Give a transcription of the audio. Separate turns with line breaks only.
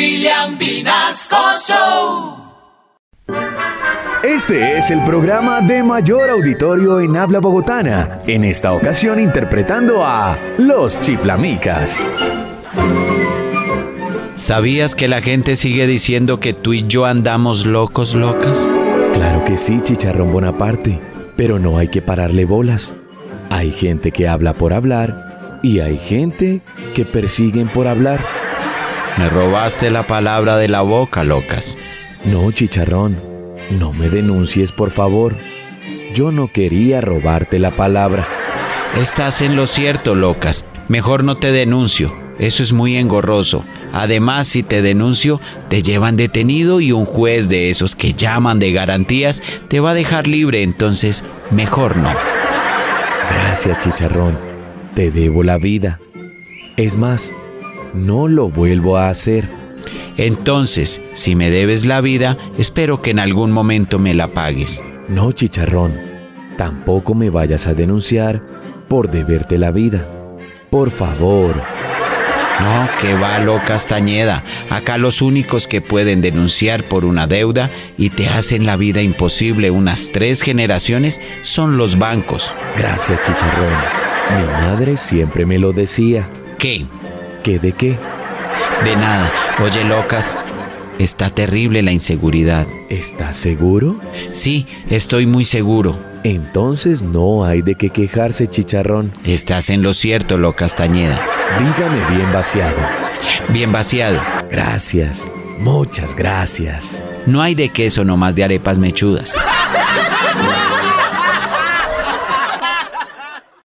William Vinasco Show.
Este es el programa de mayor auditorio en habla bogotana, en esta ocasión interpretando a Los Chiflamicas.
¿Sabías que la gente sigue diciendo que tú y yo andamos locos, locas?
Claro que sí, chicharrón Bonaparte, pero no hay que pararle bolas. Hay gente que habla por hablar y hay gente que persiguen por hablar.
Me robaste la palabra de la boca, locas.
No, chicharrón, no me denuncies, por favor. Yo no quería robarte la palabra.
Estás en lo cierto, locas. Mejor no te denuncio. Eso es muy engorroso. Además, si te denuncio, te llevan detenido y un juez de esos que llaman de garantías te va a dejar libre, entonces mejor no.
Gracias, chicharrón. Te debo la vida. Es más, no lo vuelvo a hacer.
Entonces, si me debes la vida, espero que en algún momento me la pagues.
No, chicharrón, tampoco me vayas a denunciar por deberte la vida. Por favor.
No, que va, loca Castañeda. Acá los únicos que pueden denunciar por una deuda y te hacen la vida imposible unas tres generaciones son los bancos.
Gracias, chicharrón. Mi madre siempre me lo decía.
¿Qué?
¿Qué de qué?
De nada. Oye, locas, está terrible la inseguridad.
¿Estás seguro?
Sí, estoy muy seguro.
Entonces no hay de qué quejarse, chicharrón.
Estás en lo cierto, loca Castañeda.
Dígame bien vaciado.
Bien vaciado.
Gracias. Muchas gracias.
No hay de queso, nomás de arepas mechudas.